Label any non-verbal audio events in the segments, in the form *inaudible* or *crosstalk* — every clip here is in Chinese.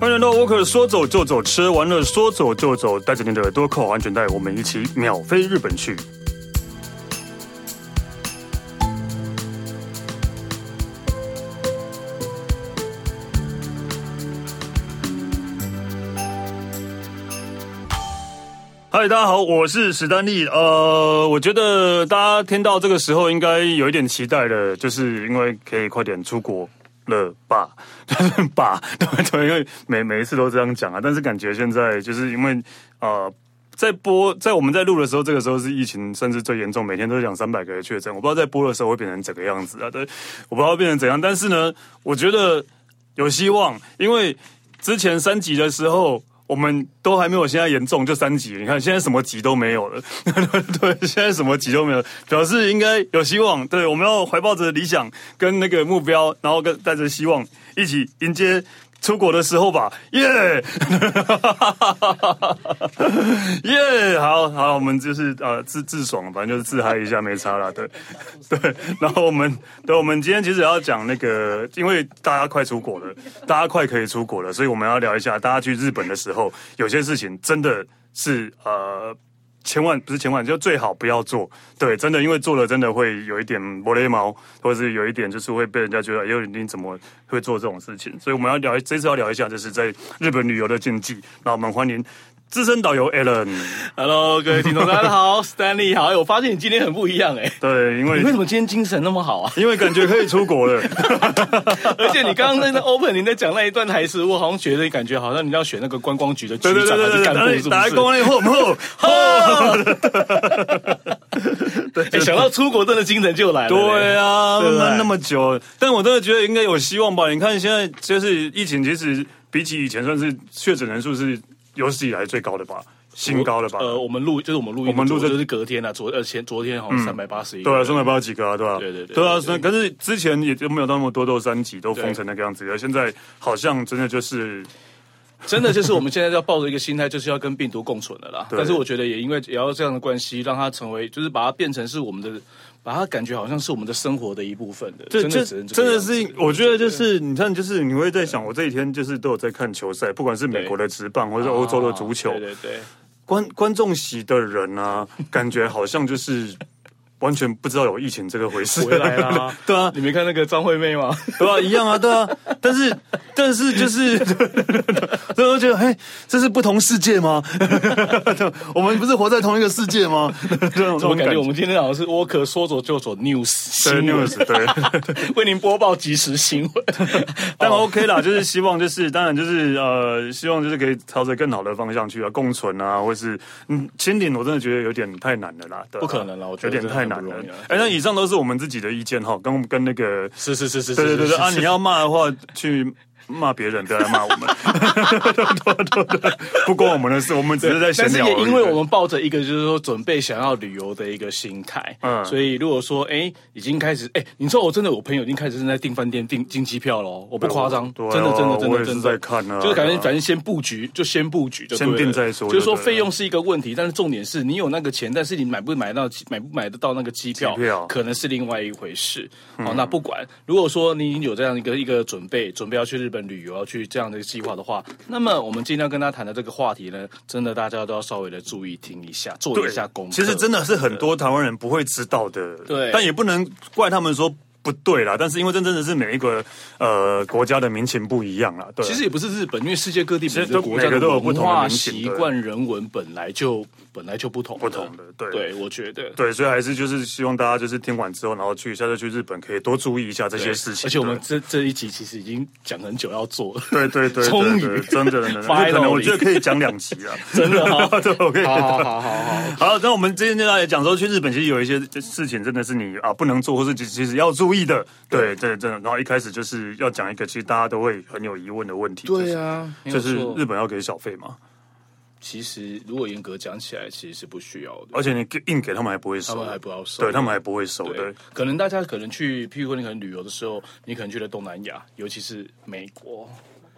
欢迎来到沃克，说走就走，吃完了说走就走，带着你的耳朵扣好安全带，我们一起秒飞日本去。嗨，大家好，我是史丹利。呃，我觉得大家听到这个时候应该有一点期待了，就是因为可以快点出国了吧？ *laughs* 就是吧， *laughs* 对对，因为每每一次都这样讲啊。但是感觉现在就是因为呃，在播在我们在录的时候，这个时候是疫情甚至最严重，每天都两三百个人确诊。我不知道在播的时候会变成整个样子啊，对，我不知道会变成怎样。但是呢，我觉得有希望，因为之前三级的时候。我们都还没有现在严重，就三级。你看现在什么级都没有了， *laughs* 对，现在什么级都没有，表示应该有希望。对，我们要怀抱着理想跟那个目标，然后跟带着希望一起迎接出国的时候吧，耶、 *laughs* 耶、好好，我们就是呃自自爽，反正就是自嗨一下，没差啦。对 *laughs* 对。然后我们对，我们今天其实要讲那个，因为大家快出国了，大家快可以出国了，所以我们要聊一下，大家去日本的时候，有些事情真的是呃。千万不是千万，就最好不要做。对，真的，因为做了真的会有一点磨雷毛，或者是有一点就是会被人家觉得，哎呦，你怎么会做这种事情？所以我们要聊，这次要聊一下，就是在日本旅游的禁忌。那我们欢迎资深导游 Alan。 Hello，各位听众，大家好 *laughs* ，Stanley 好。哎我发现你今天很不一样哎、对，因你为为？什么今天精神那么好啊 *laughs* 因为感觉可以出国了。而且你刚刚那个 open 你在讲那一段台词，我好像觉得感觉好像你要选那个观光局的局对对长对还对是对，干打部，是不是？打工嘞，嚯嚯嚯！ *laughs* 哎想到出国，真的精神就来了。哎对啊，对不对闷那么久，但我真的觉得应该有希望吧。你看现在就是疫情，其实比起以前算是确诊人数是有史以来最高的吧，新高了吧？呃，我们录就是我们录音的我们录这左右就是隔天啊，昨呃前昨天好像三百八十一。对啊，上海不知道几个啊，对吧、对对对啊，对对可是之前也就没有到那么多，都三级都封成那个样子，而现在好像真的就是真的就是我们现在要抱着一个心态，就是要跟病毒共存的啦。对但是我觉得也因为也要这样的关系，让它成为就是把它变成是我们的，把它感觉好像是我们的生活的一部分的。这真这的只能这真个的样子是，我觉得就是你看，就是你会在想，我这几天就是都有在看球赛，不管是美国的职棒或者欧洲的足球啊，对对对。观观众席的人啊， *laughs* 感觉好像就是完全不知道有疫情这个回事。回来啦 *laughs* 对啊，你没看那个张惠妹吗？对啊，一样啊，对啊。但是但是就是， *laughs* 所以我觉得，哎，这是不同世界吗？ *laughs* 我们不是活在同一个世界吗？ *laughs* 这我种感感觉我觉。们今天好像是 Walker 说走就走 News 对新闻， news 对，为您播报即时新闻。但 OK 啦，就是希望就是当然就是呃，希望就是可以朝着更好的方向去啊，共存啊，或是嗯，清零我真的觉得有点太难了啦，对啊不可能啦我觉得有点太难真了的很不容易啊。哎，那以上都是我们自己的意见哈，跟我们跟那个是是是是，对对对是对啊！你要骂的话，去骂别人，不要来骂我们。 *laughs* 对对对对，不关我们的事，我们只是在闲但是聊也而已。因为我们抱着一个就是说准备想要旅游的一个心态，嗯嗯，所以如果说哎、已经开始哎、你知道我真的我朋友已经开始正在订饭店订订机票喽，我不夸张，对啊真的真的我真也的是真的在看啊就是感觉对啊反正先布局就先布局就对了先订再说就就对是说了费用是一个问题，但是重点是你有那个钱，但是你买不买到买不买得到那个机票，机票嗯可能是另外一回事。好、那不管，如果说你已经有这样一个一个准备，准备要去日本旅游，要去这样的计划的话，那么我们今天要跟他谈的这个话题呢，真的大家都要稍微的注意听一下，做对一下功课。其实真的是很多台湾人不会知道的，对但也不能怪他们说不对啦。但是因为这真的是每一个呃国家的民情不一样啦，对。其实也不是日本，因为世界各地每其实都个国家每个的都有不文同的化民情习对惯、人文本来就本来就不同，不同的对对，我觉得。对，所以还是就是希望大家就是听完之后，然后去下次去日本可以多注意一下这些事情。而且我们对这这一集其实已经讲很久要做了，对对对，对终于对真的真的， *laughs* Finally 可能我觉得可以讲两集啊， *laughs* 真的哈 *laughs* 对，啊我可以好好好好好， *laughs* 好，那我们今天就来讲说，去日本其实有一些事情真的是你啊不能做，或是其其实要注意的。对，对，真的。然后一开始就是要讲一个，其实大家都会很有疑问的问题，对啊，就是，就是没有错日本要给小费嘛，其实如果严格讲起来，其实是不需要的，而且你给硬给他们还不会收，他们还不要哦收对他们还不会收，对对，可能大家可能去，譬如说你可能旅游的时候，你可能去了东南亚，尤其是美国，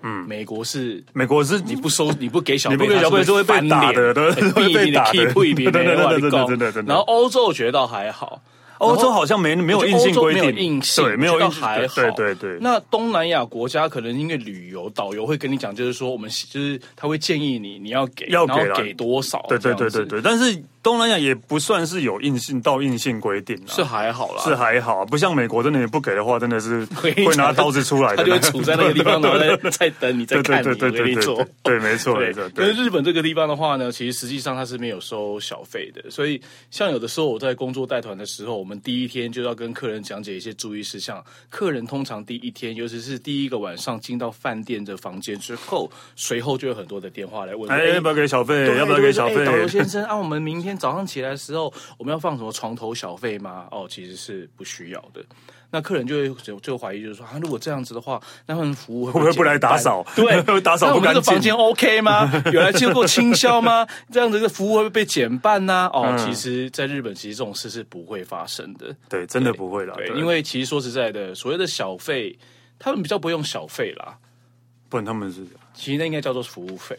嗯，美国是。美国是你不收，你不给小费，你不给小费他是会被翻打的脸对 *laughs* 哎会被你的打的 keep 一笔真的没啊真的完真的够真的真的然后欧洲我觉得倒还好，欧洲好像没没有我觉硬得性欧洲规没有定，硬性，对，没有我觉硬得还好。对对对。那东南亚国家可能因为旅游，导游会跟你讲，就是说我们就是他会建议你你要给，要给啦然后给多少，对对这对样子对，对，但是东南亚也不算是有硬性到硬性规定啊，是还好啦，是还好啊，不像美国，真的你不给的话，真的是 *laughs* 我跟你会拿讲刀子出来他的就那会种。杵在那个地方，然后再再等你，再对看对你，对对我给对你对做。对，没错没错，因对为日本这个地方的话呢，其实实际上它是没有收小费的，所以像有的时候我在工作带团的时候，我们第一天就要跟客人讲解一些注意事项。客人通常第一天，尤其是第一个晚上进到饭店的房间之后，随后就有很多的电话来问，哎，要不要给小费？对要不要就会给说小哎导游费？先生，啊，我们明天早上起来的时候，我们要放什么床头小费吗？哦，其实是不需要的。那客人就会就就怀疑，就是说啊，如果这样子的话，那他们服务会会不 *laughs* 会不来打扫简单对，打扫那不我们这个干净房间 OK 吗？有来经过清消吗？这样子的服务会不会被减半呢、哦，嗯其实，在日本，其实这种事是不会发生的。对，真的不会啦，对，因为其实说实在的，所谓的小费，他们比较不用小费啦，不然他们是，其实那应该叫做服务费，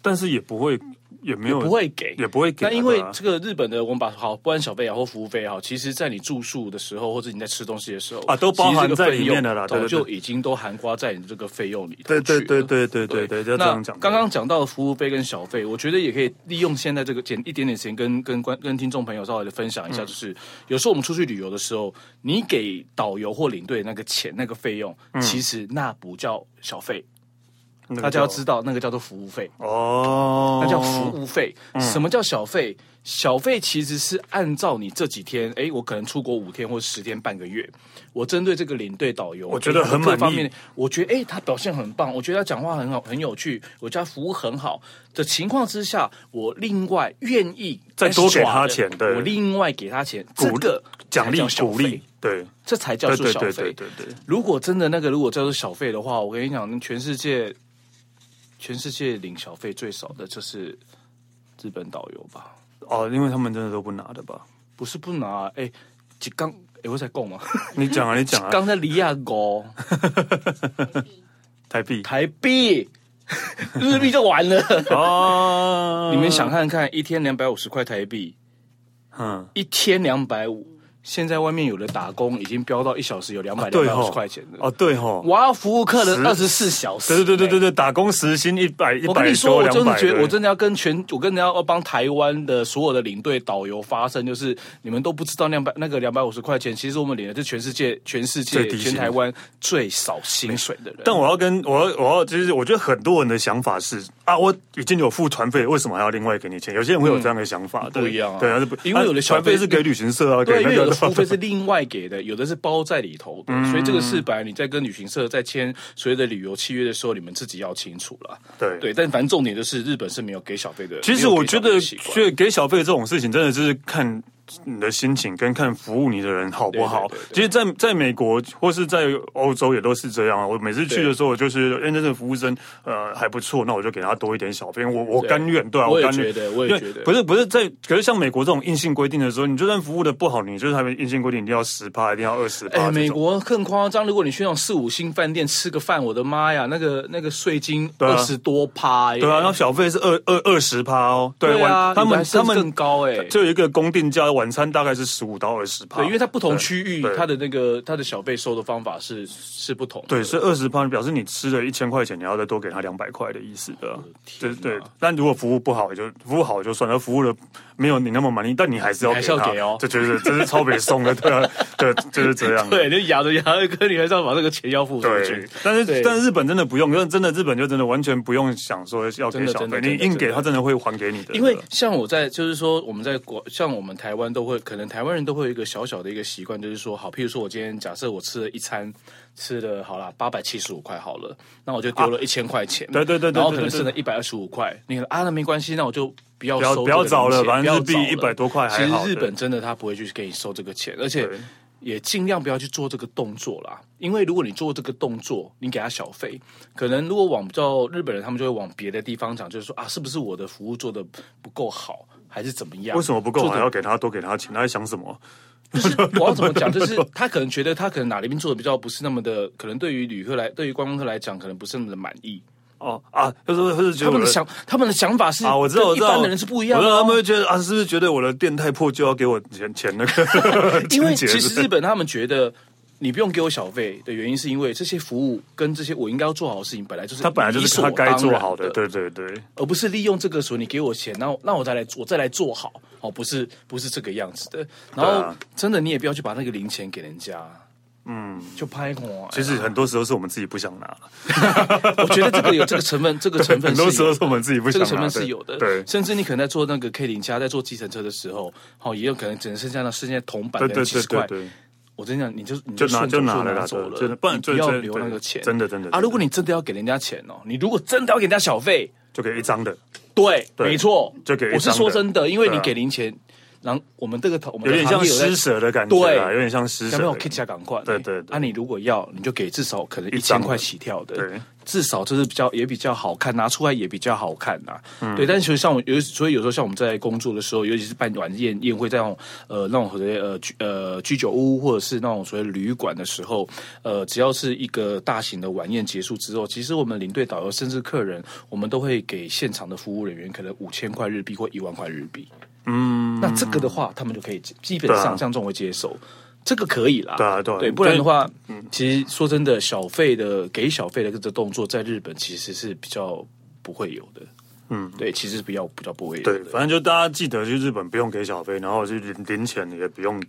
但是也不会，也没有不会给，也不会给啊。那因为对啊这个日本的，我们把好，不管小费也好或服务费也好，其实在你住宿的时候，或者你在吃东西的时候啊都包含在里面的啦其实对对这个费用对早就已经都含刮在你这个费用里头对对去了对对对对对，要这那样讲。刚刚讲到的服务费跟小费，我觉得也可以利用现在这个简一点点时间，跟跟观跟听众朋友稍微的分享一下，嗯就是、有时候我们出去旅游的时候，你给导游或领队那个钱那个费用，其实那不叫小费，嗯那个大家要叫知道那个叫做服务费。哦，嗯那叫服务费。什么叫小费？小费其实是按照你这几天，诶，我可能出国五天或十天、半个月，我针对这个领队导游，我觉得很各满意方面，我觉得诶，他表现很棒，我觉得他讲话很好，很有趣，我觉得他服务很好的情况之下，我另外愿意再多给他耍的钱对我另外给他钱，这鼓励个奖才励叫小鼓费励，，对这才叫对做对小对费对。对对，如果真的那个如果叫做小费的话，我跟你讲，全世界全世界领小费最少的就是日本导游吧？哦，因为他们真的都不拿的吧？不是不拿，哎、几刚哎我在讲吗？你讲啊，你讲啊，刚才里亚狗台 *laughs* 币台币。日币就完了， *laughs* 哦，你们想看看，一天两百五十块台币，嗯，一天两百五，现在外面有的打工已经飙到一小时有两百两对百五吼十块钱的，哦，对吼，我要服务客人十二十四小时，对对对对对对，打工时薪一百一我跟百你说，多我两真的百，觉得，对我真的要跟全，我跟人家要帮台湾的所有的领队、导游发声，就是你们都不知道两百那个两百五十块钱，其实我们领的是全世界、全世界最、低薪全台湾最少薪水的人。但我要跟我要我要，就是我觉得很多人的想法是啊，我已经有付团费，为什么还要另外给你钱？有些人会有这样的想法，对不一样啊对，还是不因为有的啊小费团费是给旅行社啊，对，给因为那有个的服务费是另外给的，有的是包在里头的，所以这个是本来你在跟旅行社在签所谓的旅游契约的时候，你们自己要清楚了。对对，但反正重点就是日本是没有给小费的。其没实有我给小觉费的得，习惯觉得给小费这种事情，真的就是看你的心情跟看服务你的人好不好对对对。对其实在，在美国或是在欧洲也都是这样啊。我每次去的时候，我就是认真的服务生，呃，还不错，那我就给他多一点小费，我我对甘愿，对啊，我也甘愿。觉得我也因为觉得不是不是在，可是像美国这种硬性规定的时候，你就算服务的不好，你就是他们硬性规定一定要十趴，一定要二十哎、趴。美国更夸张，如果你去那种四五星饭店吃个饭，我的妈呀，那个那个税金对二啊十多趴耶、对啊，然后小费是二二二十趴哦。对啊晚，他你还们甚他至更们高哎、就有一个公定价，晚餐大概是十五到二十趴。对，因为它不同啊对区域对，它的那个它的小费收的方法是是不同的。对，所以二十趴表示你吃了一千块钱，你要再多给他两百块的意思的啊，对哦天对哪。但如果服务不好，也就服务好就算了，服务的没有你那么满意，但你还是要你还给是要他，给哦这就是这是超北送的，对啊，对，就是这样。 *laughs* 对，你咬着牙根，可你还是要把这个钱要付出对去。，但对是但是日本真的不用，真的真的日本就真的完全不用想说要给真的小真的费，真你的硬真的给他真的会还给你的。因为像我在，就是说我们在国，像我们台湾都会，可能台湾人都会有一个小小的一个习惯，就是说，好，譬如说我今天假设我吃了一餐，吃了好啦八百七十五块好了，那我就丢了一千块钱，啊对对对对然后对对可能对剩了一百二十五块，你可能啊那没关系，那我就不要不要收不要这个零找了钱反正日币不要找了100多块其还实好日对本真的他不会去给你收这个钱，而且对也尽量不要去做这个动作啦，因为如果你做这个动作，你给他小费，可能如果往比较日本人，他们就会往别的地方讲，就是说啊，是不是我的服务做的不够好，还是怎么样？为什么不够 *laughs* 做好得要给他多给他钱？他在想什么？就是我要怎么 *laughs* 讲，就是他可能觉得他可能哪里边做的比较不是那么的，可能对于旅客来，对于观光客来讲，可能不是那么的满意。哦啊，就是就是觉得他我们的想他们的想法是啊，我知道，我跟一知道，般的人是不一样我知的啊、道他们会觉得啊，是不是觉得我的店太破就要给我钱钱那个 *laughs* 清洁之类的？ *laughs* 因为其实日本他们觉得。你不用给我小费的原因，是因为这些服务跟这些我应该要做好的事情，本来就是他本来就理是所他该当做然好的，的，对对对，而不是利用这个时候你给我钱，然后让我再来做，我再来做好，哦，不是不是这个样子的。对然后、啊真的你也不要去把那个零钱给人家，嗯，就拍我。其实很多时候是我们自己不想拿了， *laughs* 我觉得这个有这个 *laughs* 成分，这个成分很是有多的时候是我们自己不这想拿，个成分是有的，对。甚至你可能在坐那个 K 零加，在坐计程车的时候，好，也有可能只能剩下那剩下铜板对跟对几对十块对，对，我真讲，你就你就拿顺手就就拿了拿啦，走了，真的，不然你就不要真的留对那个钱，真的真的啊！如果你你真的要给人家钱哦，你如果真的要给人家小费，就给一张的，对，对没错，就给一张的我是说真的，因为对你啊给零钱，然后我们这个同我们有的点像行业有在施舍的感觉啦，对有点像施舍想的没有感 K 觉。加赶快，对对对啊，你如果要，你就给至少可能一一千张块起跳的，对，至少这是比较也比较好看，拿出来也比较好看呐、嗯对，但是其实像我有，所以有时候像我们在工作的时候，尤其是办晚宴宴会，在那种呃那种所谓呃居呃居酒屋或者是那种所谓旅馆的时候，呃，只要是一个大型的晚宴结束之后，其实我们领队、导游甚至客人，我们都会给现场的服务人员可能五千块日币或一万块日币。嗯，那这个的话，他们就可以基本对上啊像这种会接受。这个可以啦，对啊对啊嗯对，不然的话，其实说真的，小费的给小费的这个动作，在日本其实是比较不会有的。嗯，对，其实比较比较不会有对，的。反正就大家记得去日本不用给小费，然后去零零钱也不用，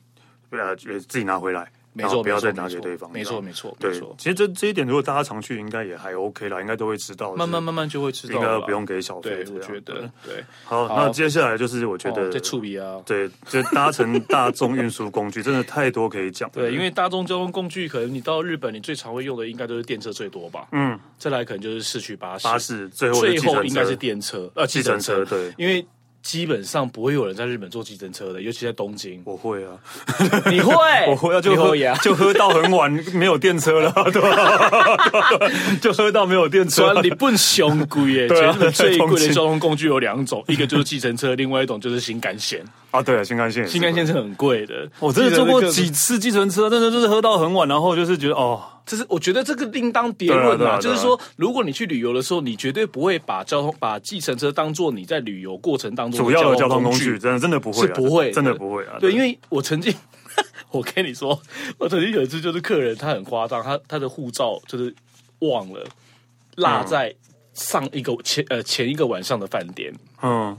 呃，自己拿回来，没然错，后不要没错再拿给对方。没这错，样没错，没对错，。其实这这一点，如果大家常去，应该也还 OK 啦，应该都会知道。慢慢就是慢慢就会知道应该了。不用给小费对，这我样。觉得对。好，好那接下来就是我觉哦得在触笔啊，对，就搭乘大众运输工具真的太多可以讲了。对，因为大众交通工具，可能你到日本，你最常会用的应该都是电车最多吧。嗯，再来可能就是市区巴士，啊巴士最后最的后应该是计电车，呃，计程程车，车，对，因为基本上不会有人在日本坐计程车的，尤其在东京。我会啊，你 *laughs* 会？我会啊，就哎你喝会呀。就喝到很晚，没有电 *laughs* 车了， *laughs* 对吧？就喝到没有电车啊专，你笨熊贵耶！对啊全日本最贵东的京交通工具有两 *laughs* 种，一个就是计程车，另外一种 *laughs* 就是新干线。啊，对啊，新干线也是，新干线是很贵的，我真的坐过几计程车更，次计程车，真的就是喝到很晚，然后就是觉得哦，这是我觉得这个另当别论对啊对啊。啊就是对啊说，如果你去旅游的时候，你绝对不会把交通把计程车当做你在旅游过程当中主要的交通工具，真的真的不会是啊，不会的，真的不会啊。对，因为我曾经， *laughs* 我跟你说，我曾经有一次就是客人他很夸张，他他的护照就是忘了落在上一个前呃前一个晚上的饭店，嗯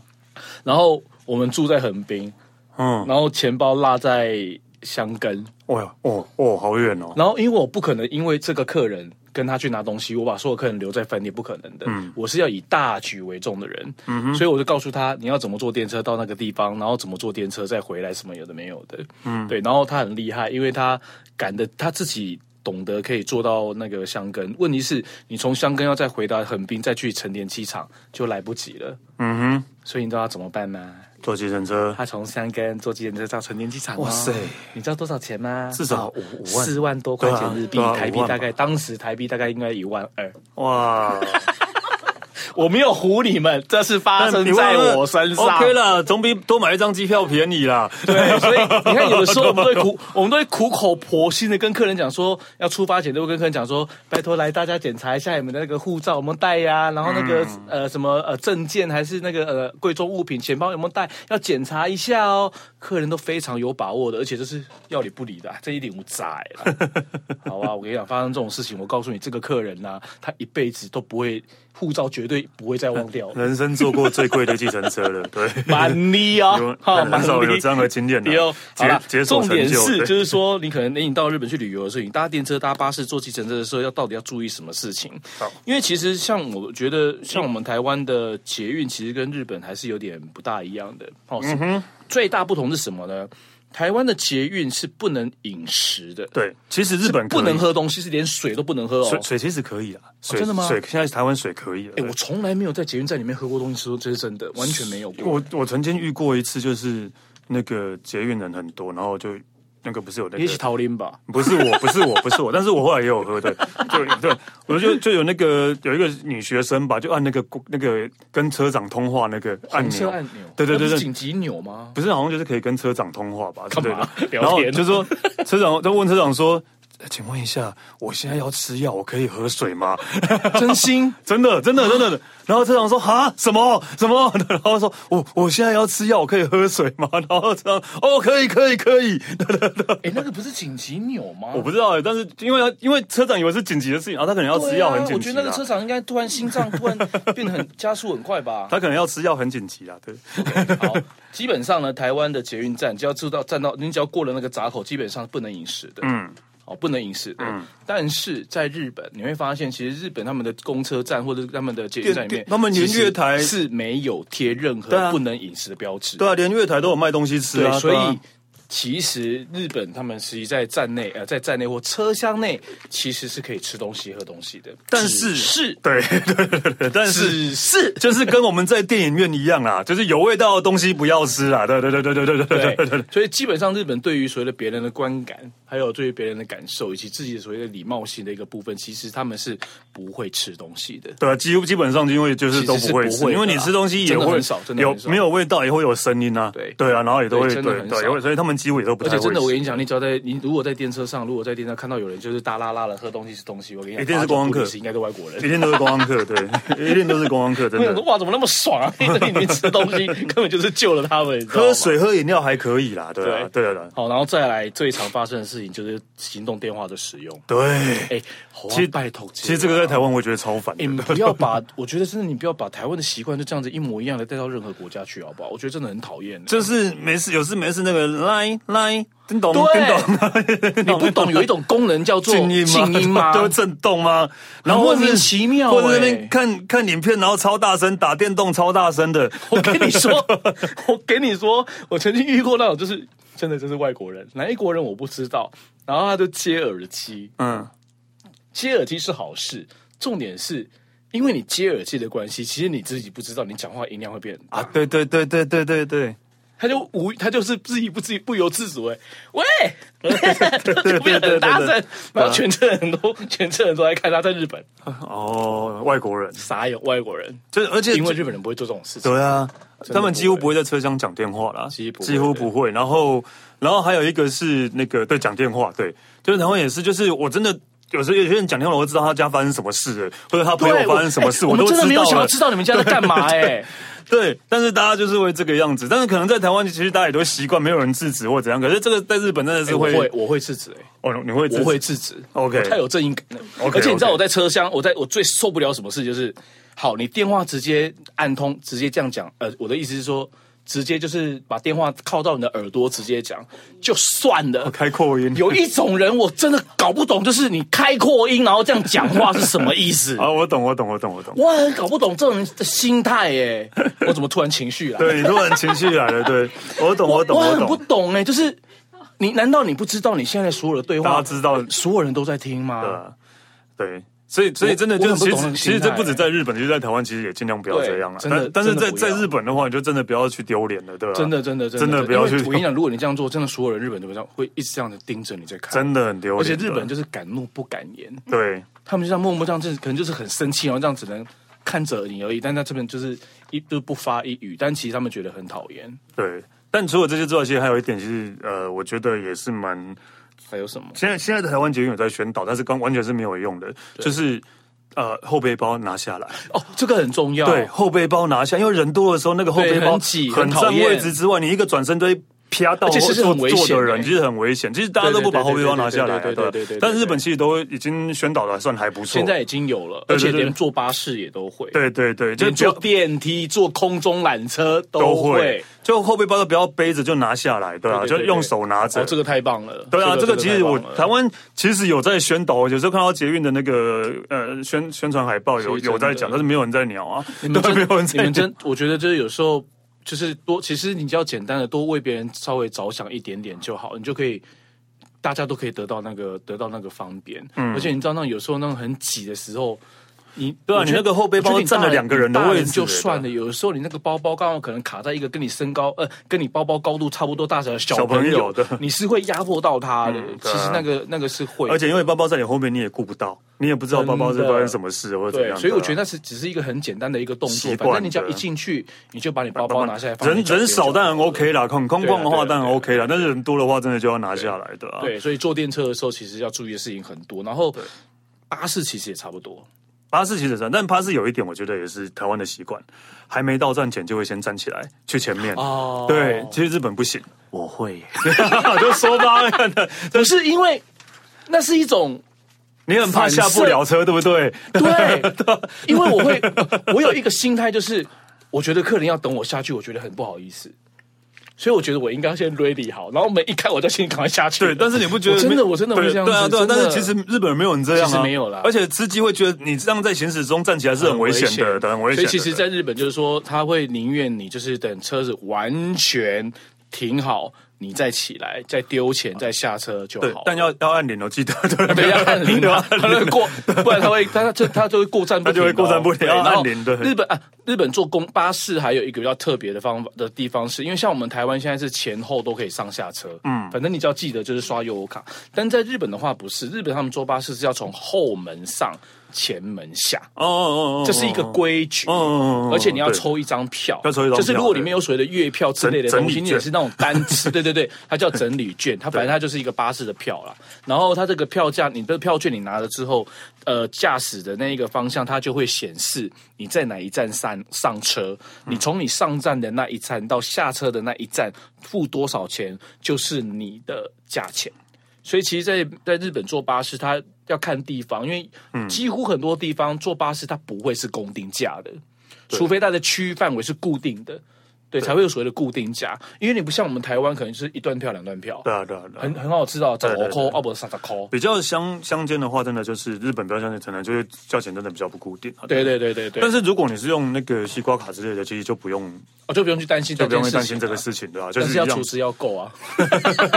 然后我们住在横滨，嗯，然后钱包落在箱根，哇呀哦哦，好远哦，然后因为我不可能因为这个客人跟他去拿东西，我把所有客人留在饭店，不可能的。我是要以大局为重的人，所以我就告诉他你要怎么坐电车到那个地方，然后怎么坐电车再回来，什么有的没有的。嗯，对。然后他很厉害，因为他赶的他自己。懂得可以坐到那个箱根，问题是，你从箱根要再回到横滨，再去成田机场就来不及了。嗯哼，所以你知道他怎么办吗？坐计程车他从箱根坐计程车到成田机场、哦。哇塞你知道多少钱吗？至少五五万四万多块钱日币，对啊对啊台币五万吧大概当时台币大概应该一万二。哇，我没有唬你们，这是发生你忘在了我身上。 OK 啦，总比多买一张机票便宜啦。 *laughs* 对，所以你看，有的时候我们都会苦，我们都会苦口婆心的跟客人讲说，要出发前都会跟客人讲说，拜托来大家检查一下你们的那个护照有没有带呀、然后那个、呃什么呃证件还是那个呃贵重物品钱包有没有带，要检查一下哦。客人都非常有把握的，而且这是要理不理的啊、这一点我窄了。好啊吧，我跟你讲，发生这种事情，我告诉你，这个客人呐、他一辈子都不会护照绝对不会再忘掉了。人生坐过最贵的计程车 *laughs* 了，对，蛮力哦 *laughs* 有，哈很少蛮力有这样的经验啊对的哦，，好解啦解锁重成点就是对就是说，你可能你到日本去旅游的时候，你搭电车、搭巴士、坐计程车的时候，要到底要注意什么事情好？因为其实像我觉得，像我们台湾的捷运，其实跟日本还是有点不大一样的。哦，嗯是最大不同是什么呢？台湾的捷运是不能饮食的，对，其实日是本可以不能。喝东西，是连水都不能喝水哦。水其实可以啊，水真的吗水现在台湾水可以了。哎，我从来没有在捷运站里面喝过东西，说这是真的，完全没有过。我我曾经遇过一次，就是那个捷运人很多，然后就那个不是有那也许个。桃林吧，不是我，不是我，不是我，但是我后来也有喝的，对对，我就就有那个有一个女学生吧，就按那个那个跟车长通话那个按红色钮，按钮，对对对那不对，是紧急钮吗？不是好像就是可以跟车长通话吧？对干嘛对对聊天然后就说车长，就问车长说。呃请问一下，我现在要吃药，我可以喝水吗？ *laughs* 真心 *laughs* 真的，真的，真的。然后车长说：“哈，什么什么？” *laughs* 然后说：“我我现在要吃药，我可以喝水吗？” *laughs* 然后车长：“哦，可以，可以，可以。 *laughs* 哎，那个不是紧急钮吗”？我不知道哎、但是因为他因为车长以为是紧急的事情，然后他可能要吃药，很对啊紧我急、觉啊。得那个车长应该突然心脏突然 *laughs* 变得很加速很 *laughs* 快吧。他可能要吃药，很紧急啦。对，好，基本上呢，台湾的捷运站只要知道站到，你只要过了那个闸口，基本上不能饮食的。嗯，哦，不能饮食的。但是在日本，你会发现，其实日本他们的公车站或者是他们的捷运站里电面电，他们连其实月台是没有贴任对啊何不能饮食的标志。对啊，连月台都有卖东西吃啊。对所对啊以。其实日本他们实际在站内，呃，在站内或车厢内，其实是可以吃东西、喝东西的。但是只是对对对对对，但是只是就是跟我们在电影院一样啦，就是有味道的东西不要吃啦。对对对对对对对对对对对，所以基本上日本对于所谓的别人的观感，还有对于别人的感受，以及自己所谓的礼貌性的一个部分，其实他们是不会吃东西的。对啊，几乎基本上因为就是都不会其实是吃，不会的因为你吃东西也真的会很少真的有很少没有味道也会有声音啊，对对啊，然后也都会对对真的很对，少也会所以他们几乎也都不而太且会吃。真的，我跟你讲，你只要在你如果在电车上，如果在电车看到有人就是大拉拉的喝东西吃东西，我跟你讲，一定是观光客八九不离十应该都外国一人。定都是观光客，对， *laughs* 一定都是观光客，真我想的说。哇，怎么那么爽啊！ *laughs* 在里面吃东 *laughs* 西，根本就是救了他们。你知道吗喝水喝饮料还可以啦，对啊，对对啊，好，然后再来最常发生的事情就是行动电话的使用。对。哎，好啊其实拜托，哎其实这个在台湾我也觉得超烦的你，们不要把， *laughs* 我觉得真的，你不要把台湾的习惯就这样子一模一样的带到任何国家去，好不好？我觉得真的很讨厌。就是没事有事没事那个来来，听懂听懂，对，你不懂有一种功能叫做静音吗？静音 *laughs* 吗？ *laughs* 都会震动吗？然后或者莫名其妙或者那欸边看看影片，然后超大声打电动，超大声的， *laughs* 我跟你说， *laughs* 我跟你说，我曾经遇过那种，就是真的就是外国人，哪一国人我不知道，然后他就接耳机，嗯，接耳机是好事，重点是因为你接耳机的关系，其实你自己不知道，你讲话音量会变很大啊，对对对对对对对，他就无，他就是自己不自己不由自主哎，喂，就变得很大声，然后全车人都全车人都在看他，在日本哦，外国人，傻眼外国人，就而且因为日本人不会做这种事情，对啊，的他们几乎不会不会在车厢讲电话啦，几乎不不会会。然后，然后还有一个是那个对讲电话，对，就是台湾也是，就是我真的。有时候有些人讲电话，我会知道他家发生什么事了，或者他朋对，友发生什么事，哎我都们知真的没有道想了要。知道你们家在干嘛 *laughs* 哎，对，但是大家就是会这个样子，但是可能在台湾其实大家也都习惯，没有人制止或怎样。可是这个在日本真的是我会，会我会制止哎。哦，你会制止我会制止 OK 我太有正义感了。 OK，而且你知道 OK 我在车厢，我在我最受不了什么事就是，好，你电话直接按通，直接这样讲。呃，我的意思是说，直接就是把电话靠到你的耳朵直接讲就算了。哦开扩音 *laughs* 有一种人我真的搞不懂，就是你开扩音然后这样讲话是什么 *laughs* 意思？啊，我懂，我懂，我懂，我懂。我很搞不懂这种人的心态耶。我怎么突然情绪来了？ *laughs* 对你突然情绪来了，对我懂，我懂，我我很不懂。懂哎、就是你难道你不知道你现在所有的对大话，家知道所有人都在听吗？呃，对，所以所以真的我就是其我很不懂实那个其实心这态欸不止在日本，就是在台湾，其实也尽量不要对这样了。啊真的但但是真的在不在要日本的话，你就真的不要去丢脸了，对吧？真的，真的，真的，真的不要去因为我跟你讲，如果你这样做，真的所有人日本都会这样，会一直这样的盯着你在看。真的很丢而脸。且日本人对就是敢怒不敢言，对他们就这样默默这样，就是可能就是很生气，然后这样只能看着你而已。但在这边就是一就是不发一语，但其实他们觉得很讨厌。对，但除了这些之外，其实还有一点，其实呃，我觉得也是蛮还有什么？现在现在的台湾捷运有在宣导，但是刚完全是没有用的，就是呃后背包拿下来。哦，这个很重要。对，，后背包拿下，因为人多的时候，那个后背对包很挤很很讨占厌位置之外，你一个转身就会。啪到而且其实坐很危坐的险人，欸其实很危险。其实大家都不把后背包拿下来啊，对对对对对对对对对对对但日本其实都已经宣导的算还不错。现在已经有了，对而对且对连坐巴士也都会，对对对，就连不要坐电梯、坐空中缆车都都会会。，就后背包都不要背着，就拿下来，对啊，对对就对对用手拿着哦，。这个太棒了。对啊，这个其实我太棒了台湾其实有在宣导，有时候看到捷运的那个呃宣宣传海报有其实真的有在讲，但是没有人在鸟啊， *laughs* 你们对真没有人在你鸟们。真，我觉得就是有时候就是多，其实你只要简单的多为别人稍微着想一点点就好，你就可以。嗯大家都可以得到那个得到那个方便，而且你知道，那种有时候那种很挤的时候，你对啊我觉得你那个后背包我觉得你占了大两个人的大位置就算了。有的时候你那个包包刚好可能卡在一个跟你身高呃跟你包包高度差不多大小的小小朋朋友友的你是会压迫到他的。嗯对其啊实那个那个是会，而且因为包包在你后面，你也顾不到，你也不知道包包是真的发生什么事或者怎对样，的。所以我觉得那是只是一个很简单的一个动习作，惯反的正你只要一进去，你就把你包包拿下来放在人脚边人少就好当然 OK 啦，空空旷的对话啊对啊当然对啊 OK 啦，但是人多的话真的就要拿下来的啊。对，所以坐电车的时候其实要注意的事情很多，然后巴士其实也差不多。巴士其实算，但巴士有一点，我觉得也是台湾的习惯，还没到站前就会先站起来去前面。哦对，其实日本不行，我会， *laughs* 就说吧， *laughs* 只是因为那是一种你很怕下不了车，对不对？ *laughs* *laughs* 对，因为我会， *laughs* 我有一个心态，就是我觉得客人要等我下去，我觉得很不好意思，所以我觉得我应该先 ready 好，然后门一开，我就先赶快下去。 *laughs* 对，但是你不觉得我真的我真的会对这样子对啊，对啊。真的但是其实日本人没有人这样啊，其实没有啦而且司机会觉得你这样在行驶中站起来是很危险的，对很危险所以的。其实，在日本就是说，他会宁愿你就是等车子完全停好，你再起来，再丢钱，再下车就对好。，啊但要要按铃哦，记得 *laughs* 对，对，要按铃对啊要，他会 *laughs* 过，不然他会他他他就会过站不停的他就会哦，过站不停对要按然后铃 *laughs* 对日本啊，日本坐公巴士还有一个比较特别的方法的地方是，因为像我们台湾现在是前后都可以上下车，嗯，反正你只要记得就是刷悠游卡，但在日本的话不是，日本他们坐巴士是要从后门上，前门下，哦哦哦哦，这是一个规矩，哦，哦哦，而且你要对抽一张票，要抽一张票就是如果里面有所谓的月票之类的整东西，整理券你也是那种单 *laughs* 次，对对对，它叫整理券，它反正它就是一个巴士的票啦。然后它这个票价，你的票券你拿了之后，呃，驾驶的那一个方向它就会显示你在哪一站上上车，嗯你从你上站的那一站到下车的那一站付多少钱，就是你的价钱。所以其实在，在日本坐巴士，它要看地方，因为嗯几乎很多地方坐巴士它不会是公定价的，除非它的区域范围是固定的，对，才会有所谓的固定价。因为你不像我们台湾，可能就是一段票、两段票，对啊对啊对啊很很好知道，找对对扣二不三十扣。比较乡乡间的话，真的就是日本比较乡间，可能就是价钱真的比较不固定啊。对对对对对，但是是如果你是用那个西瓜卡之类的，其实就不用我哦就不用去担心这就不用件担事心情啊这个事情，对吧、就但是一是要样厨师要够啊， *laughs*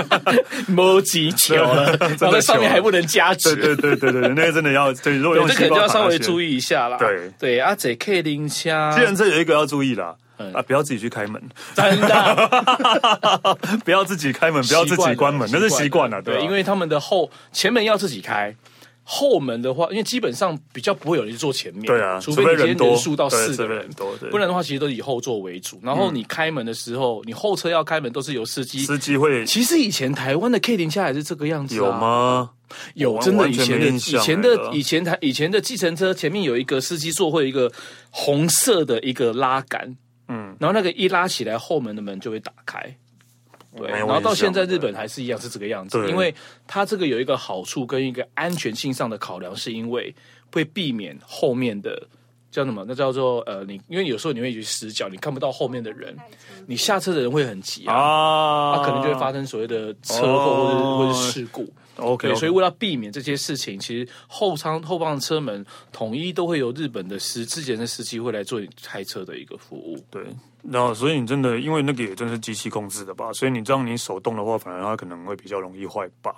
摸几球了， *laughs* 然后在上面还不能加值，啊对对对对对，那个真的要对，如果对，用这可西能就瓜要卡稍微意。注意一下啦。对对，啊，这 K 零枪，既然这有一个要注意啦，嗯啊，不要自己去开门，真的 *laughs* 不要自己开门，不要自己关门，那是习惯了，对，吧？因为他们的后前门要自己开。后门的话，因为基本上比较不会有人去坐前面，对啊，除非你今天人多，人数到对四除个非人人，多，对不然的话其实都以后座为主。然后你开门的时候，你后车要开门都是由司机。司机会其实以前台湾的 K 零下还是这个样子、啊，有吗？有完真的完以全没印前的以象前哎的对啊以前台以前的计程车前面有一个司机座会有一个红色的一个拉杆，嗯，然后那个一拉起来，后门的门就会打开。对，没有然后到印象现在对日本还是一样是这个样子，对因为它这个有一个好处跟一个安全性上的考量，是因为会避免后面的叫什么？那叫做呃，你因为有时候你会去死角，你看不到后面的人，你下车的人会很急啊，啊他可能就会发生所谓的车祸或哦者是、或者是事故。 OK，对，所以为了避免这些事情，其实后舱后方的车门统一都会由日本的司之前的司机会来做你开车的一个服务。对，然后所以你真的因为那个也真是机器控制的吧，所以你这样你手动的话，反而它可能会比较容易坏吧，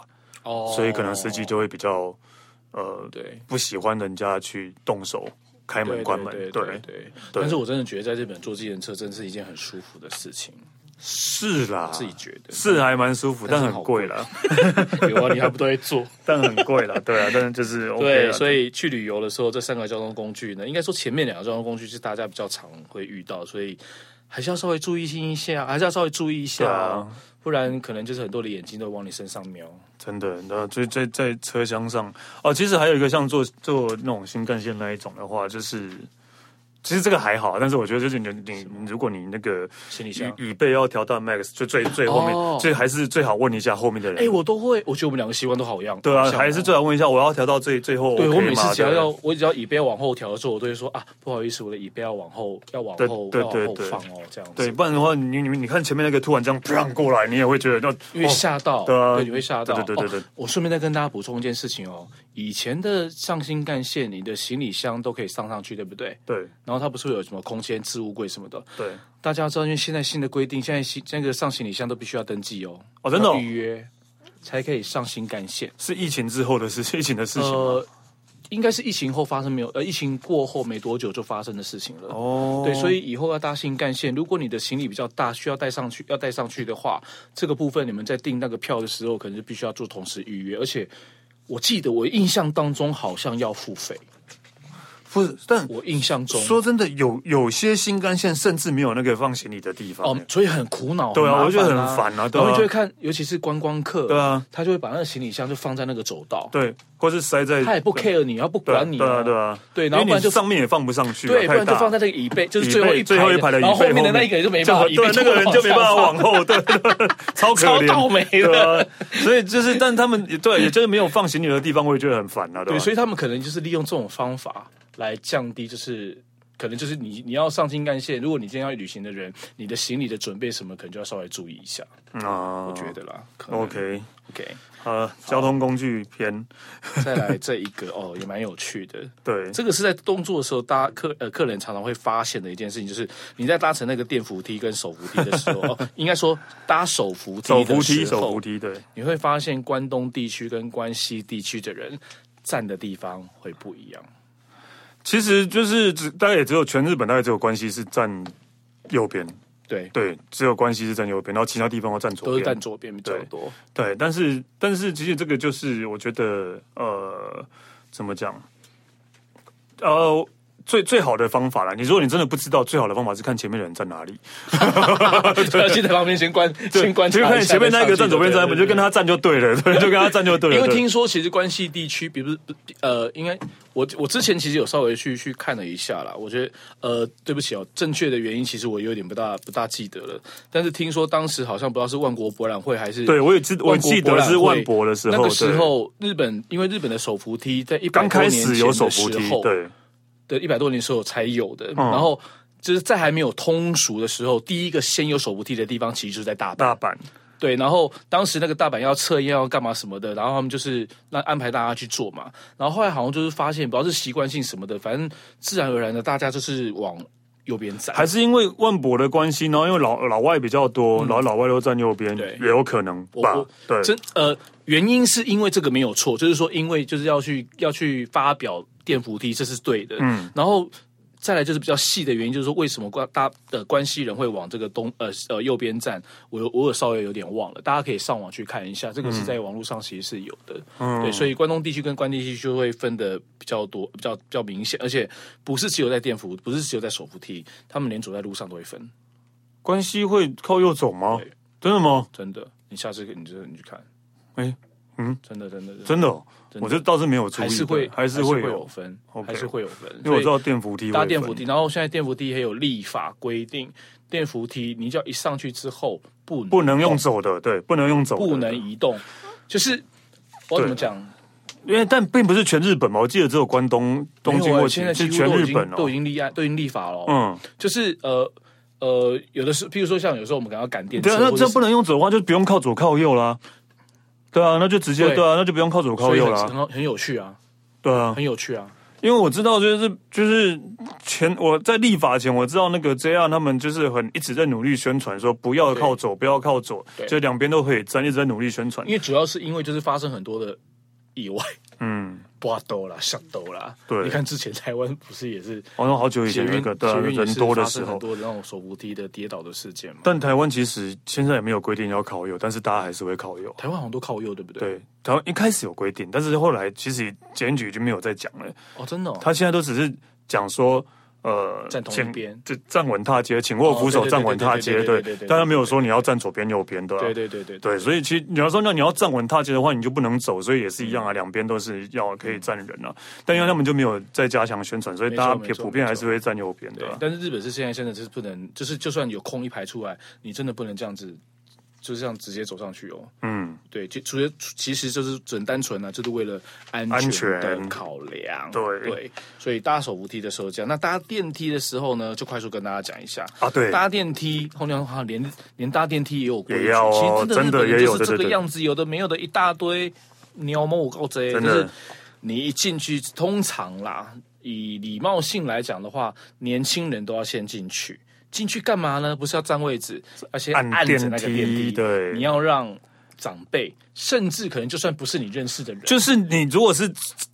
哦所以可能司机就会比较呃对。不喜欢人家去动手开门对关门，对对对对，但是我真的觉得在日本坐自行车真是一件很舒服的事情，是啦，自己觉得是还蛮舒服，但是很好贵啦，有啊，你还不都会 *laughs* 坐？但很贵啦，对啊，但是就是 *laughs* OK 对，啦所以去旅游的时候，这三个交通工具呢，应该说前面两个交通工具是大家比较常会遇到，所以还是要稍微注意一下，还是要稍微注意一对下，啊，不然可能就是很多的眼睛都往你身上瞄。真的，那所以在在车厢上哦，其实还有一个像坐坐那种新干线那一种的话，就是其实这个还好，但是我觉得就是你你你如果你那个行李箱椅椅背要调到 max 就最最后面，哦所以还是最好问一下后面的人。哎、我都会，我觉得我们两个习惯都好一样。对好啊，像哦还是最好问一下，我要调到最最后 OK 对吗。我每次只要对要我只要椅背要往后调的时候，我都会说啊，不好意思，我的椅背要往后要往对后对要对往后对放哦，这样子。对，不然的话，你你你看前面那个突然这样砰过来，你也会觉得因那为哦吓到，对啊你会吓到。对对对对对哦我顺便再跟大家补充一件事情哦，以前的上新干线，你的行李箱都可以上上去，对不对？对然后它不是会有什么空间置物柜什么的？对大家要知道，因为现在新的规定，现在新那个上行李箱都必须要登记哦，哦，真的哦要预约才可以上新干线。 *laughs* 是疫情之后的事，情，疫情的事情吗。呃，应该是疫情后发生没有，呃，疫情过后没多久就发生的事情了。哦对，所以以后要搭新干线，如果你的行李比较大，需要带上去，要带上去的话，这个部分你们在订那个票的时候，可能就必须要做同时预约，而且。我记得我印象当中好像要付费，不是，但我印象中说真的，有有些新干线甚至没有那个放行李的地方、哦欸，所以很苦恼，对啊麻烦我觉得很烦啊对啊然后你就会看，尤其是观光客，对啊，他就会把那个行李箱就放在那个走道，对，或是塞在他也不 care 你，然后不对啊管你、对啊对啊，对然后因不为然你就上面也放不上去啊，对，不太然就大放在那个椅背，就是椅最后一背最后一排的然后椅背后面的后面那一个人就没办法，就椅背对，那个人就没办法往往后，对， *laughs* 对超可超怜，倒霉的对啊所以就是，但他们也对，也就是没有放行李的地方，我也觉得很烦啊，对对，吧？所以他们可能就是利用这种方法来降低，就是可能就是你你要上新干线，如果你今天要旅行的人，你的行李的准备什么，可能就要稍微注意一下，嗯啊，我觉得啦。可能 OK， OK，好了，交通工具篇，再来这一个哦，也蛮有趣的。对，这个是在动作的时候，大家客呃客人常常会发现的一件事情，就是你在搭乘那个电扶梯跟手扶梯的时 *laughs* 候，哦，应该说搭手扶梯手的扶梯，时候手扶梯，对，你会发现关东地区跟关西地区的人站的地方会不一样。其实就是只大概也只有全日本，大概只有关西是站右边，对，对，只有关西是站右边，然后其他地方都站都左是站边。左边比较 *laughs* 多。对，但是但是其实这个就是我觉得呃，怎么讲？呃，最最好的方法啦，你如果你真的不知道，最好的方法是看前面的人在哪里，对，先在旁边先观先观就察看一下前面那个站左边站右边，就跟。对对对对他站就对了，对，就跟他站就对了。因为对听说其实关西地区，比如呃，应该我我之前其实有稍微去去看了一下啦，我觉得呃，对不起哦，正确的原因其实我有点不大不大记得了，但是听说当时好像不知道是万国博览会还是对我也记我万国记博得览是会万博的时候，那个时对候日本因为日本的手扶梯在一刚开始有手扶梯，对。嗯对，一百多年时候才有的。然后就是在还没有通俗的时候，第一个先有手扶梯的地方，其实就是在大阪。大阪，对，然后当时那个大阪要测验要干嘛什么的，然后他们就是让安排大家去做嘛。然后后来好像就是发现，不知道是习惯性什么的，反正自然而然的大家就是往右边站。还是因为万博的关系，然后因为老老外比较多，然后老外都站右边，嗯对也有可能吧我？对，真呃，原因是因为这个没有错，就是说因为就是要去要去发表电扶梯，这是对的。嗯，然后再来就是比较细的原因，就是说为什么关大呃关西人会往这个东呃呃右边站，我有我有稍微有点忘了，大家可以上网去看一下，这个是在网络上其实是有的。嗯，对，所以关东地区跟关西地区就会分的比较多，比较比较明显，而且不是只有在电扶，不是只有在手扶梯，他们连走在路上都会分，关系会靠右走吗对？真的吗？真的。你下次你就你去看，哎嗯，真的真的真的。真的哦，真的我这倒是没有注意，还是会对还是会会有有，分， OK 还是会有分，因为我知所以道电扶梯，搭电扶梯，，然后现在电扶梯也有立法规定，电扶梯你只要一上去之后不能不能用走的，对，不能用走的，不能移动，就是我怎么讲？因为但并不是全日本嘛，我记得只有关东东京没有或啊现在是几乎全都已日经本都哦已，经立案，都已经立法了哦，嗯，就是呃呃，有的是，譬如说像有时候我们可能要赶电对车啊，，那或者这是不能用走的话，就不用靠左靠右啦。对啊，那就直接对对啊，那就不用靠左靠所以右很啦。很很有趣啊，对啊，很有趣啊，因为我知道，就是就是前我在立法前，我知道那个 JR 他们就是很一直在努力宣传说不要靠左，不要靠左，对就两边都可以站，一直在努力宣传因。为主要是因为就是发生很多的意外， *laughs* 嗯，刮兜啦、下兜啦，对你看之前台湾不是也是。好像好久以捷前有一运个对啊捷运也人是多的发时生很候，多的那种手扶梯的跌倒的事件嘛。但台湾其实现在也没有规定要靠右，但是大家还是会靠右。台湾好像都靠右，对不对？对，台湾一开始有规定，但是后来其实检举就没有再讲了。哦，真的、哦，他现在都只是讲说，呃，站同一请边就站稳踏阶，请握扶手哦对对对站稳踏阶，对对对对对对对，但他没有说你要站左边右边的啊，对对对对对，所以其实你要说，那你要站稳踏阶的话，你就不能走，所以也是一样啊，两边都是要可以站人啊，但因为他们就没有再加强宣传，所以没错大家没错普遍没错还是会站右边的对啊。但是日本是现在现在就是不能，就是就算有空一排出来，你真的不能这样子，就是这样直接走上去哦。嗯，对，就除了其实就是准单纯啊，就是为了安安全全的考量。对对，所以搭手扶梯的时候这样，那搭电梯的时候呢，就快速跟大家讲一下啊对搭电梯后面好像啊连连搭电梯也有规矩，也要哦其实真真的的日本人也就有是这对对个对样子，有的没有的一大堆鸟毛告贼，就真的是你一进去，通常啦，以礼貌性来讲的话，年轻人都要先进去。进去干嘛呢？不是要占位置，要先按按着那个电电梯梯，对你要让长辈，甚至可能就算不是你认识的人，就是你如果是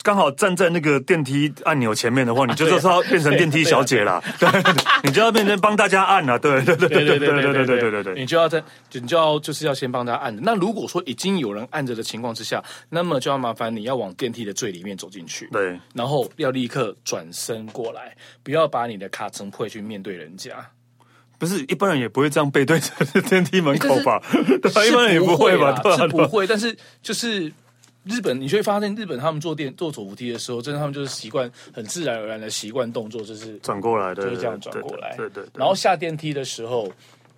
刚好站在那个电梯按钮前面的话，你就对啊是要变成电梯小姐啦，对，你就要变成帮大家按啦，对对对对对对对对对对对对，你就要在，你就要就是要先帮他按的。那如果说已经有人按着的情况之下，那么就要麻烦你要往电梯的最里面走进去，对，然后要立刻转身过来，不要把你的卡层会去面对人家。不是一般人也不会这样背对着电梯门口吧？对啊，是一般人也不会吧？啦对啊是对不啊，会，但是就是。日本，你就会发现日本他们坐电坐走扶梯的时候，真的他们就是习惯很自然而然的习惯动作，就是转过来，就对，是对这样转过来。对对对对，然后下电梯的时候，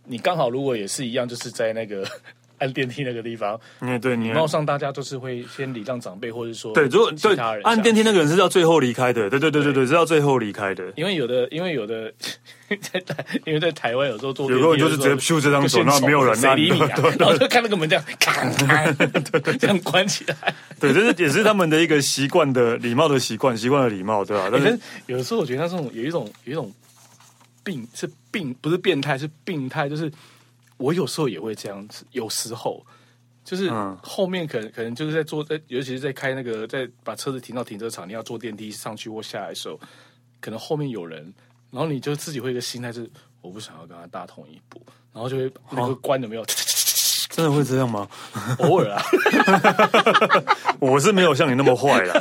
你刚好如果也是一样，就是在那个 *laughs* 按电梯那个地方，你也对你也然后上大家都是会先礼让长辈，或者说嗯对，如果其对他人按电梯，梯那个人是到最后离开的，对对对对对，是到最后离开 *laughs* 的。因为有的因为有的在台因为在台湾有时候坐有个人电就梯是直的时接候咻这张就走，先那没有人谁按，？理你啊对然后就看那个门这样，咔 *laughs* 咔，这样关起来。对，这是也是他们的一个习惯的礼貌的习惯，习惯的礼貌，对吧、哎但可是是有的时候我觉得那种有一种有一种病是病，不是变态是病态，就是我有时候也会这样子，有时候就是嗯后面可能可能就是在坐在，尤其是在开那个在把车子停到停车场，你要坐电梯上去或下来的时候，可能后面有人，然后你就自己会有一个心态是我不想要跟他大同一步，然后就会那哦个关有没有？ *laughs* 真的会这样吗？偶尔啊，我是没有像你那么坏 *laughs* 啦。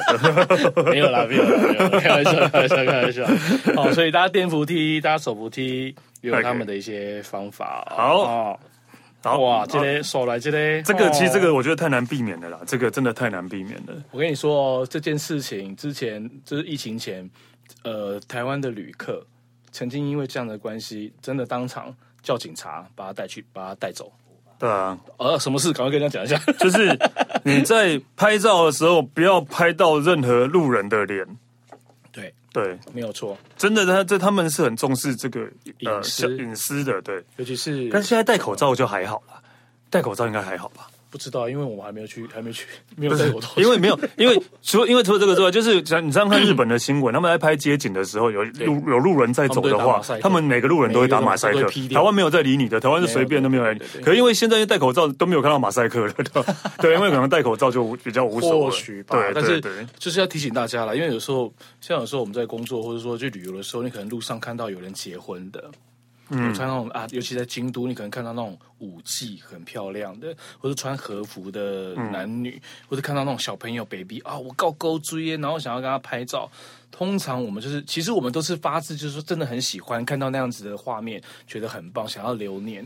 *laughs* 没有啦，没有啦，没有啦，开玩笑，开玩笑，开玩 *laughs* 笑。好，哦所以大家电扶梯，大家手扶梯，也有他们的一些方法哦。好哦好哇，这个手来，这个这个其实这，哦个我觉得太难避免的啦，这个真的太难避免了。我跟你说哦，这件事情之前就是疫情前，呃，台湾的旅客曾经因为这样的关系，真的当场叫警察把他带去，把他带走。对啊，呃，什么事？赶快跟大家讲一下。就是你在拍照的时候，不要拍到任何路人的脸。 *laughs* 对，对，没有错，真的，他这他们是很重视这个呃隐私隐私的。对，尤其是但是现在戴口罩就还好啦，戴口罩应该还好吧？不知道，因为我们还没有去，还没 *laughs* 去，没有在我头因为没有，因为除因为除了这个之外，就是像你这样看日本的新闻，他们在拍街景的时候，有路有路人在走的话他们都会打马赛，克他们每个路人都会打马赛每克个路人都会批。掉台湾没有在理你的，台湾是随便都没有来理对对。对可是因为现在戴口罩都没有看到马赛克了，对吧 *laughs* 对，因为可能戴口罩就比较无所或谓，许吧，对，但对是对就是要提醒大家啦，因为有时候像有时候我们在工作或者说去旅游的时候，你可能路上看到有人结婚的。嗯，穿那种啊，尤其在京都，你可能看到那种舞伎很漂亮的，或者穿和服的嗯男女，或者看到那种小朋友 baby 啊，我高高追耶，然后想要跟他拍照。通常我们就是，其实我们都是发自就是说真的很喜欢看到那样子的画面，觉得很棒，想要留念。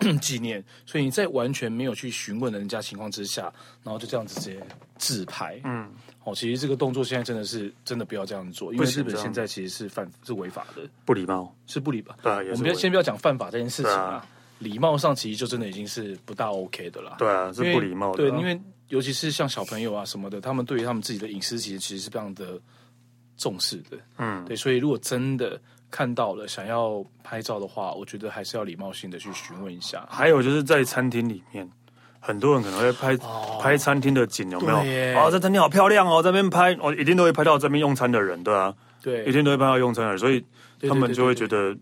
*clears throat* 纪念，所以你在完全没有去询问人家情况之下，然后就这样子直接自拍，嗯，哦，其实这个动作现在真的是真的不要这样做，因为不行日本这样现在其实是犯是违法的，不礼貌。是不礼吧？对啊也是我们不要违先不要讲犯法这件事对情啊啊，礼貌上其实就真的已经是不大 OK 的啦，对啊，因为，是不礼貌的。对，因为尤其是像小朋友啊什么的，他们对于他们自己的隐私其实其实是非常的重视的，嗯，对，所以如果真的看到了想要拍照的话，我觉得还是要礼貌性的去询问一下，还有就是在餐厅里面。很多人可能会拍、拍餐厅的景，有没有哦对耶？哦，这餐厅好漂亮哦，在那边拍，哦，一定都会拍到在那边用餐的人，对啊。对，一天都会搬到用餐了，所以他们对对对就会觉得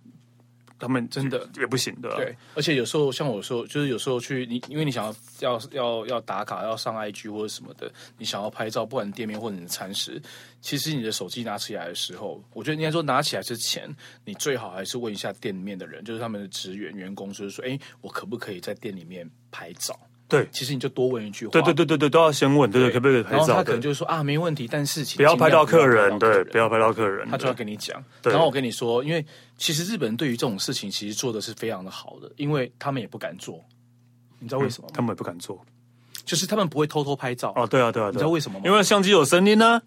他们真的也不行的啊、对，而且有时候像我说，就是有时候去你，因为你想要要要要打卡，要上 IG 或者什么的，你想要拍照，不管你店面或者你的餐食，其实你的手机拿起来的时候，我觉得应该说拿起来之前，你最好还是问一下店里面的人，就是他们的职员员工，就是说，哎，我可不可以在店里面拍照？对其实你就多问一句话，对对对对对，都要先问，对对，可不可以拍然后照他可能的？就说啊，没问题，但是请不要尽量拍到客人，不要拍到对，客不要拍到客人。他就对要跟你讲。嗯对然后我跟你说，因为其实日本人对于这种事情其实做的是非常的好的，因为他们也不敢做，你知道为什么吗？他们也不敢做。就是他们不会偷偷拍照，哦，对啊，对啊，你知道为什么吗因为相机有声音啊呢，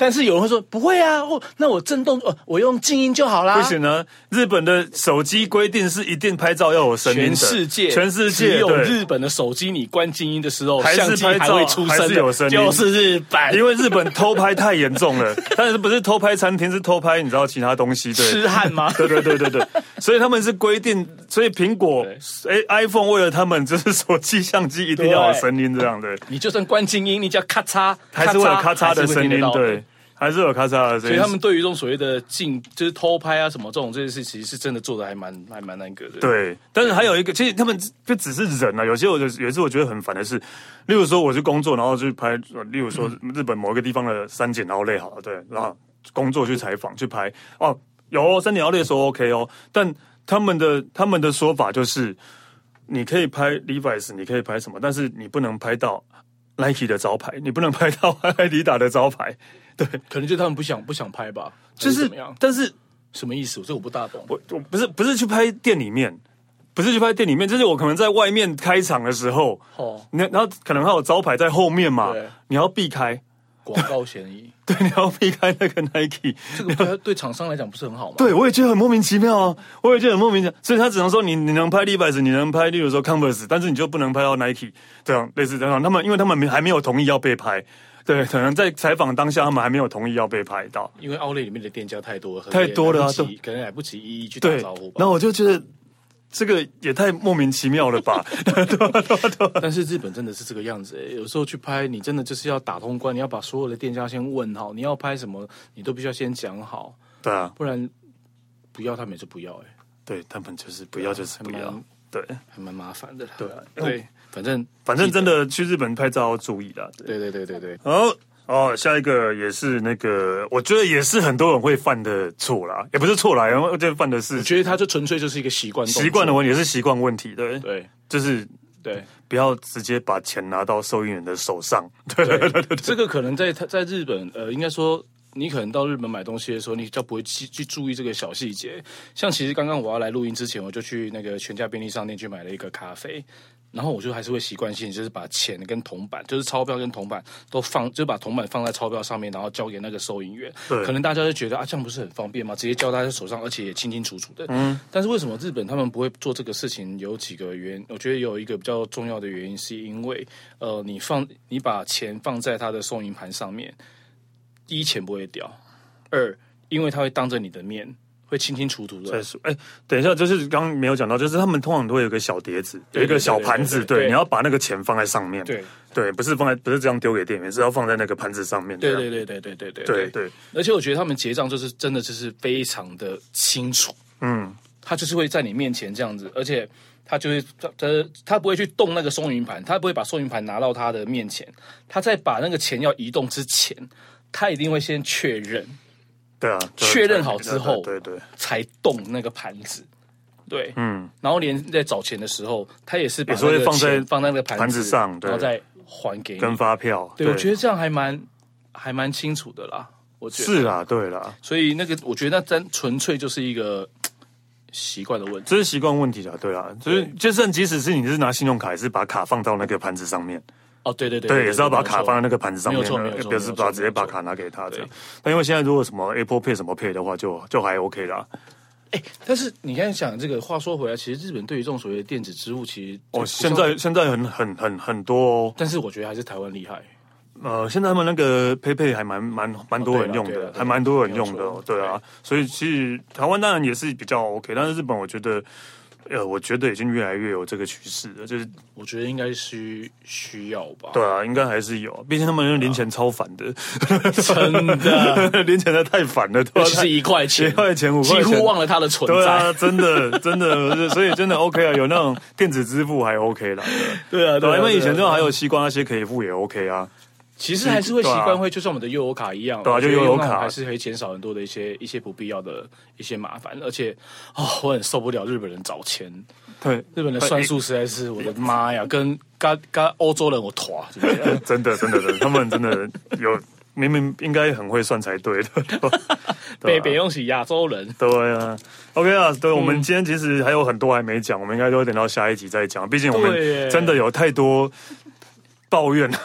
但是有人会说不会啊，哦，那我震动，哦，我用静音就好啦而。且呢，啊日本的手机规定是一定拍照要有声音的，全世界，全世只界有对日本的手机，你关静音的时候，还是相机拍还照会出声还的，是有声音就是日本。因为日本偷拍太严重了，但是不是偷拍餐厅，是偷拍你知道其他东西，对，痴汉吗？对对对对对，所以他们是规定，所以苹果哎 iPhone 为了他们，就是手机相机一定要有声音这样的，你就算关静音，你只要咔嚓，还是为了咔嚓还的是会声听得音到，对。还是有咔嚓的声所以音。他们对于这种所谓的禁，就是偷拍啊什么这种这件事，其实是真的做的还蛮还蛮那个的。，对，但是还有一个，其实他们就只是人啊。有些我就有一次我觉得很烦的是，例如说我去工作，然后去拍，呃例如说嗯日本某一个地方的三井奥莱好了，对，然后工作去采访去拍，哦，有哦三井奥莱说 OK 哦，但他们的他们的说法就是，你可以拍 Levi's，你可以拍什么，但是你不能拍到 Nike 的招牌，你不能拍到 *laughs* 艾迪达的招牌，可能就他们不想不想拍吧，就还是是怎么样？但是什么意思？这我不大懂。我我不是不是去拍店里面，不是去拍店里面，就是我可能在外面开场的时候，哦，那然后可能还有招牌在后面嘛对，你要避开，广告嫌 *laughs* 疑，对，你要避开那个 Nike。这个对对厂商来讲不是很好吗？对，我也觉得很莫名其妙啊，我也觉得很莫名其妙，所以他只能说你你能拍 Levi's，你能拍，例如说 Converse，但是你就不能拍到 Nike 这样类似这样，他们因为他们没还没有同意要被拍，对，可能在采访当下他们还没有同意要被拍到，因为奥莱里面的店家太多，可能太多了啊来不及可能来不及一一去打对招呼，吧然。后我就觉得这个也太莫名其妙了 *laughs* 吧，但是日本真的是这个样子、欸，有时候去拍，你真的就是要打通关，你要把所有的店家先问好，你要拍什么，你都必须要先讲好，对啊，不然不要他们也是不要、欸，哎，对他们就是不要就是不还要蛮，对，还蛮麻烦的啦。对啊对，反正反正真的去日本拍照要注意啦。对，对对对对对，好哦，下一个也是那个，我觉得也是很多人会犯的错啦，也不是错啦，然后就犯的是我觉得他就纯粹就是一个习惯动作习惯的，问题，也是习惯问题，对，对就是对不要直接把钱拿到收银员的手上，对 *laughs* 对对对，这个可能在他在日本，呃，应该说。你可能到日本买东西的时候，你比较不会去去注意这个小细节。像其实刚刚我要来录音之前，我就去那个全家便利商店去买了一个咖啡，然后我就还是会习惯性就是把钱跟铜板，就是钞票跟铜板都放，就是把铜板放在钞票上面，然后交给那个收银员。对可能大家就觉得啊，这样不是很方便吗？直接交在他手上，而且也清清楚楚的。嗯但是为什么日本他们不会做这个事情？有几个原因，我觉得有一个比较重要的原因，是因为呃，你放你把钱放在他的收银盘上面，第一钱不会掉，二因为他会当着你的面，会清清楚楚的再说，哎，等一下，就是刚刚没有讲到，就是他们通常都会有一个小碟子，有对一个小盘对子，对对对对，你要把那个钱放在上面，对对，不是放在不是这样丢给店员，是要放在那个盘子上面，对这样对对对对对对啊对对，而且我觉得他们结账就是真的就是非常的清楚，嗯，他就是会在你面前这样子，而且他就会他他他不会去动那个收银盘，他不会把收银盘拿到他的面前，他在把那个钱要移动之前，他一定会先确认对啊，对确认好之后对对对才动那个盘子。对，嗯，然后连在找钱的时候，他也是把也是会那个放在钱放在那个盘盘子上对然后再还给你。跟发票，对，我觉得这样还蛮还蛮清楚的啦。我觉得是啦，对啦，所以那个，我觉得那真纯粹就是一个习惯的问题。这是习惯问题啦，对啦，就是就算即使是你是拿信用卡，也是把卡放到那个盘子上面，哦，对对对，对，也是要把没错卡放在那个盘子上面没有错没有，错不是没有错把直接把卡拿给他这样。但因为现在如果什么 Apple Pay 什么 Pay 的话，就就还 OK 啦。哎，但是你刚才讲这个，话说回来，其实日本对于这种所谓的电子支付，其实哦，不现像，在现在很很很很多哦，但是我觉得还是台湾厉害。呃，现在他们那个 PayPay 还蛮蛮蛮多人用哦对啦对啦的，对啦还蛮多人用的没有哦，错对啊，所以其实台湾当然也是比较 OK，但是日本我觉得，呃，我觉得已经越来越有这个趋势了，就是我觉得应该是需要吧。对啊，应该还是有，毕竟他们零钱超烦的，真的， *laughs* 零钱的太烦了，对尤吧、其是一块一钱，块钱五块几钱，乎忘了它的存对在啊，。真的真的，所以真的 OK 啊，有那种电子支付还 OK 啦，对啊，对啊，因为以前这就种还有西瓜那些可以付也 OK 啊，其实还是会习对惯，啊会就像我们的悠游卡一样，对啊我觉得就悠游用那种卡还是可以减少很多的一些一些不必要的一些麻烦，而且哦，我很受不了日本人找钱，对，日本的算术实在是我的妈呀，跟跟跟欧洲人我妥，是 *laughs* 不是 *laughs* 真的真的真的，他们真的有明明应该很会算才对的， *laughs* 对吧被别用起亚洲人。 *laughs* 对啊，OK 啊，对，我们今天其实还有很多还没讲，我们应该都会等到下一集再讲，毕竟我对耶们真的有太多抱怨。 *laughs*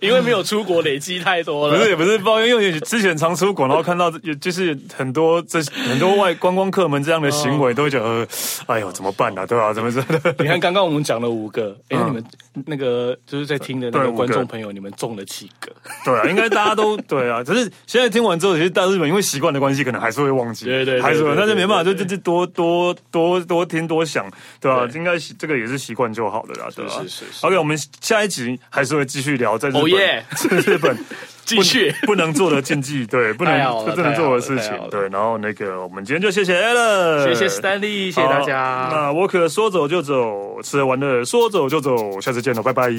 因为没有出国，累积太多不了。是也不是抱怨，因为之前常出国，然后看到也就是很多这很多外观光客们这样的行哦为，都会觉得，呃哎呦怎么办啊？对吧、啊？怎么 *laughs* 真的？你看，刚刚我们讲了五个，哎、你们那个就是在听的那对个五个观众朋友，你们中了几个？对啊，应该大家都 *laughs* 对啊。只是现在听完之后，其实到日本因为习惯的关系，可能还是会忘记，对对对还是会，对对但是没办法，就对就就多多多多听多想，对吧、啊？对应该是这个也是习惯就好的啦，对吧、是是是 *laughs* OK，我们下一集还是会继续聊在日本、 *laughs* 哦耶日本继续不能做的禁忌，对，不能太好了这不能做的事太好情，了对。然后那个，我们今天就谢谢 Alan，谢谢 Stanley，谢谢大好家。那我可说走就走，吃完了说走就走，下次见喽，拜拜。